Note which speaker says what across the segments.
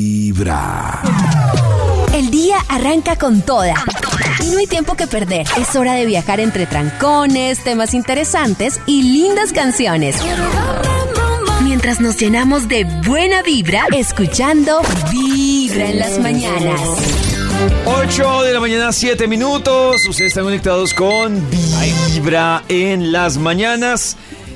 Speaker 1: vibra.
Speaker 2: El día arranca con toda. Y no hay tiempo que perder. Es hora de viajar entre trancones, temas interesantes y lindas canciones. Mientras nos llenamos de buena vibra, escuchando Vibra en las mañanas.
Speaker 3: 8 de la mañana, 7 minutos. Ustedes están conectados con Vibra en las mañanas.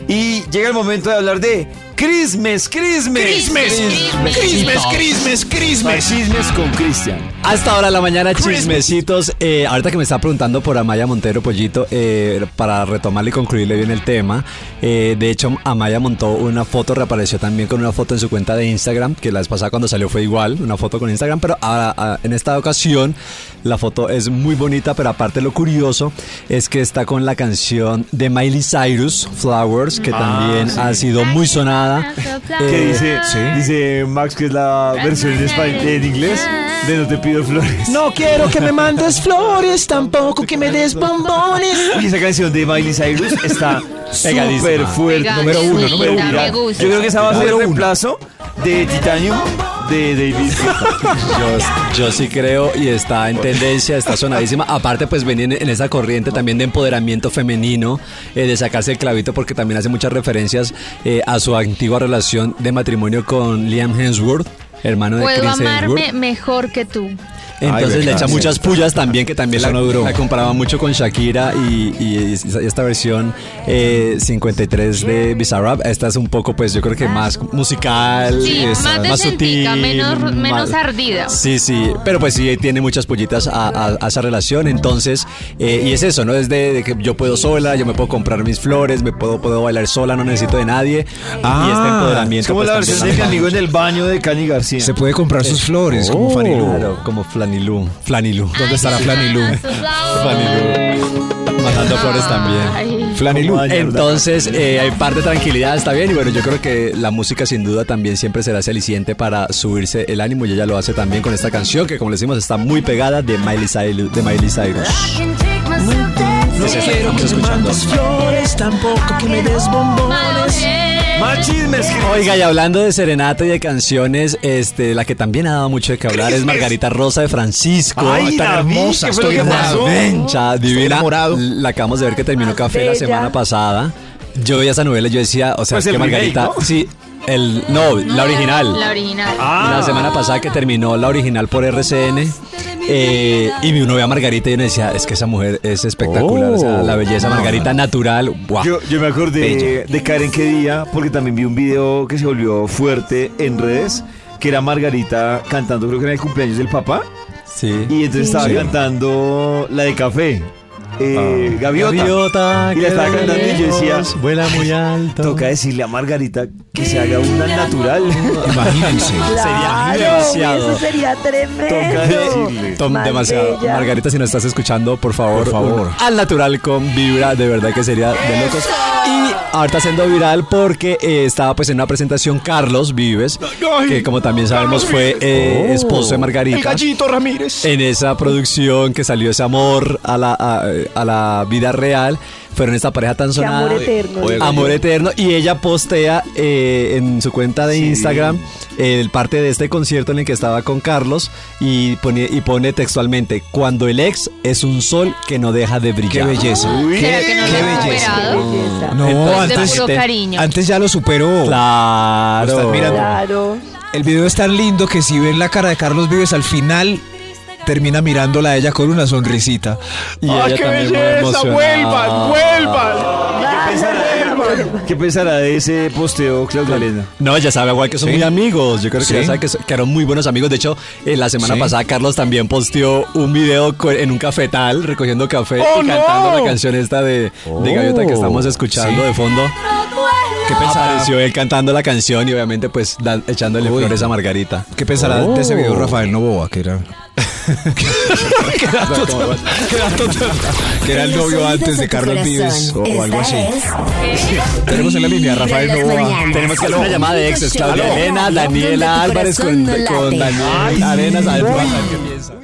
Speaker 3: Y llega el momento de hablar de Crismes, Crismes.
Speaker 4: Crismes, Crismes, Crismes, Crismes.
Speaker 3: Chismes con Cristian.
Speaker 5: Hasta ahora de la mañana,
Speaker 4: Christmas.
Speaker 5: chismecitos. Eh, ahorita que me está preguntando por Amaya Montero Pollito, eh, para retomarle y concluirle bien el tema. eh, de hecho, Amaya montó una foto, reapareció también con una foto en su cuenta de Instagram, que la vez pasada cuando salió fue igual, una foto con Instagram, pero ahora, ah, en esta ocasión la foto es muy bonita, pero aparte lo curioso es que está con la canción de Miley Cyrus, Flowers, que también ha sido muy sonada.
Speaker 3: Ah, ¿Qué
Speaker 5: Eh,
Speaker 3: dice? Dice Max que es la versión en, español, en inglés de No te pido flores.
Speaker 4: No quiero que me mandes flores, tampoco que me des bombones.
Speaker 3: Y esa canción de Miley Cyrus está
Speaker 5: Pegadísima.
Speaker 3: súper fuerte.
Speaker 6: Pegadísima,
Speaker 3: número uno, número uno.
Speaker 6: me gusta.
Speaker 3: Yo creo que esa va a ser el
Speaker 5: Número uno.
Speaker 3: reemplazo de Titanium de David Guetta.
Speaker 5: Yo, yo sí creo y está en tendencia, está sonadísima. Aparte, pues venir en esa corriente también de empoderamiento femenino, eh, de sacarse el clavito, porque también hace muchas referencias eh, a su antigua relación de matrimonio con Liam Hemsworth, hermano de
Speaker 6: Puedo
Speaker 5: Chris Hemsworth.
Speaker 6: amarme mejor que tú.
Speaker 5: Entonces
Speaker 3: Ay,
Speaker 5: le echa
Speaker 3: gracias.
Speaker 5: muchas pullas también, que también la,
Speaker 3: Eso no duró.
Speaker 5: la comparaba mucho con Shakira y, y esa- esta versión eh, 53 de Bizarrap. Esta es un poco, pues yo creo que más musical,
Speaker 6: Ah. Sí,
Speaker 5: es
Speaker 6: más decentica, menos- menos ardida.
Speaker 5: Sí, sí, pero pues sí tiene muchas pollitas a, a- a esa relación. Entonces, eh, y es eso, ¿no? Es de, de que yo puedo sola, yo me puedo comprar mis flores, me puedo, puedo bailar sola, no necesito de nadie. y este empoderamiento.
Speaker 3: Ah, es como
Speaker 5: pues,
Speaker 3: la
Speaker 5: también
Speaker 3: versión de mi
Speaker 5: ayuda.
Speaker 3: amigo en el baño de Cani García.
Speaker 4: Se puede comprar sus flores, como
Speaker 3: Oh.
Speaker 4: Fanilú.
Speaker 5: Claro, como Flanilú. Flanilú.
Speaker 6: Ay, sí,
Speaker 4: Flanilú?
Speaker 6: sus flowers.
Speaker 5: Flanilú. Matando flores también.
Speaker 6: Ay.
Speaker 4: Flanilú.
Speaker 3: Como ayer.
Speaker 5: Entonces, eh, hay parte de tranquilidad, está bien. Y bueno, yo creo que la música sin duda también siempre será ese aliciente para subirse el ánimo. Y ella lo hace también con esta canción que, como le decimos, está muy pegada de Miley Cyrus. De Miley Cyrus. Es esta que estamos escuchando.
Speaker 4: flores, tampoco que me des bombones.
Speaker 3: Más chismes.
Speaker 5: Oiga, y hablando de serenata y de canciones, este, la que también ha dado mucho de que hablar es Margarita Rosa de Francisco.
Speaker 3: Ay, David, ¿qué fue lo que pasó?
Speaker 5: Revencha, divina.
Speaker 4: enamorado.
Speaker 5: La acabamos de ver que terminó Café la semana pasada. Yo veía esa novela y yo decía, o sea,
Speaker 3: Pues
Speaker 5: es que
Speaker 3: el remake,
Speaker 5: Margarita,
Speaker 3: ¿no?
Speaker 5: sí, el, no, la original.
Speaker 6: La original.
Speaker 3: Ah.
Speaker 5: La semana pasada que terminó la original por RCN. eh, y uno ve a Margarita y uno decía, es que esa mujer es espectacular, o sea, la belleza Margarita natural, guau.
Speaker 3: Oh. Yo, yo me acordé de Karen que día, porque también vi un video que se volvió fuerte en redes, que era Margarita cantando, creo que era el cumpleaños del papá,
Speaker 5: sí.
Speaker 3: y entonces estaba
Speaker 5: Sí.
Speaker 3: cantando la de café, eh, Gaviota.
Speaker 5: Ah. Gaviota,
Speaker 3: Y la
Speaker 5: que
Speaker 3: estaba
Speaker 5: de
Speaker 3: cantando y yo decía,
Speaker 5: lejos Vuela muy alto.
Speaker 3: Toca decirle a Margarita que se haga una natural.
Speaker 4: Imagínense.
Speaker 5: Sería demasiado.
Speaker 7: sería tremendo.
Speaker 3: Toca decirle.
Speaker 5: Tom,
Speaker 7: Más
Speaker 5: demasiado.
Speaker 7: bella.
Speaker 5: Margarita, si nos estás escuchando, por favor,
Speaker 4: Por favor.
Speaker 5: un al natural con vibra, de verdad que sería de locos. Y ahorita siendo viral porque eh, estaba pues en una presentación Carlos Vives, que como también sabemos fue eh, esposo de
Speaker 4: El
Speaker 5: Margarita.
Speaker 4: gallito Ramírez.
Speaker 5: En esa producción que salió ese amor a la, a, a la vida real, fueron esta pareja tan
Speaker 7: Qué
Speaker 5: sonada.
Speaker 7: amor eterno.
Speaker 4: Oye,
Speaker 5: Amor eterno. Y ella postea eh, en su cuenta de Instagram eh, el parte de este concierto en el que estaba con Carlos y pone, y pone textualmente, cuando el ex es un sol que no deja de brillar.
Speaker 4: Qué belleza.
Speaker 6: ¿Será que no lo
Speaker 4: Qué
Speaker 6: he
Speaker 4: belleza.
Speaker 6: superado?
Speaker 7: belleza.
Speaker 4: No,
Speaker 5: Entonces,
Speaker 6: De puro
Speaker 5: este-
Speaker 6: cariño.
Speaker 4: Antes ya lo superó.
Speaker 5: Claro.
Speaker 4: Estás mirando.
Speaker 7: Claro.
Speaker 4: El video es tan lindo que si ven la cara de Carlos Vives al final termina mirándola a ella con una sonrisita.
Speaker 5: Y ella también muy emocionada.
Speaker 3: ¿Qué pensará de ese posteo, Claudia Elena?
Speaker 5: No, ya sabe, igual que son
Speaker 4: Sí.
Speaker 5: muy amigos. Yo creo que
Speaker 4: Sí.
Speaker 5: ya sabe que so- que eran muy buenos amigos. De hecho, eh, la semana
Speaker 4: Sí.
Speaker 5: pasada Carlos también posteó un video co- en un cafetal recogiendo café
Speaker 4: ¡Oh,
Speaker 5: y cantando la canción esta de, de Gaviota que estamos escuchando
Speaker 4: Sí. Ah,
Speaker 5: de fondo. ¿Qué
Speaker 4: pensará?
Speaker 5: Apareció él cantando la canción y obviamente pues da- echándole
Speaker 4: Uy.
Speaker 5: flores a Margarita. Oh.
Speaker 4: ¿Qué pensará de ese video Rafael Novoa, que era que era el novio antes de Carlos Vives o, o algo así? Tenemos en la línea a Rafael Novoa.
Speaker 5: Tenemos que hacer una llamada de exes. Claudia Elena, Daniela Álvarez con, con Daniel Arenas. A ver, Rafael, ¿qué piensa?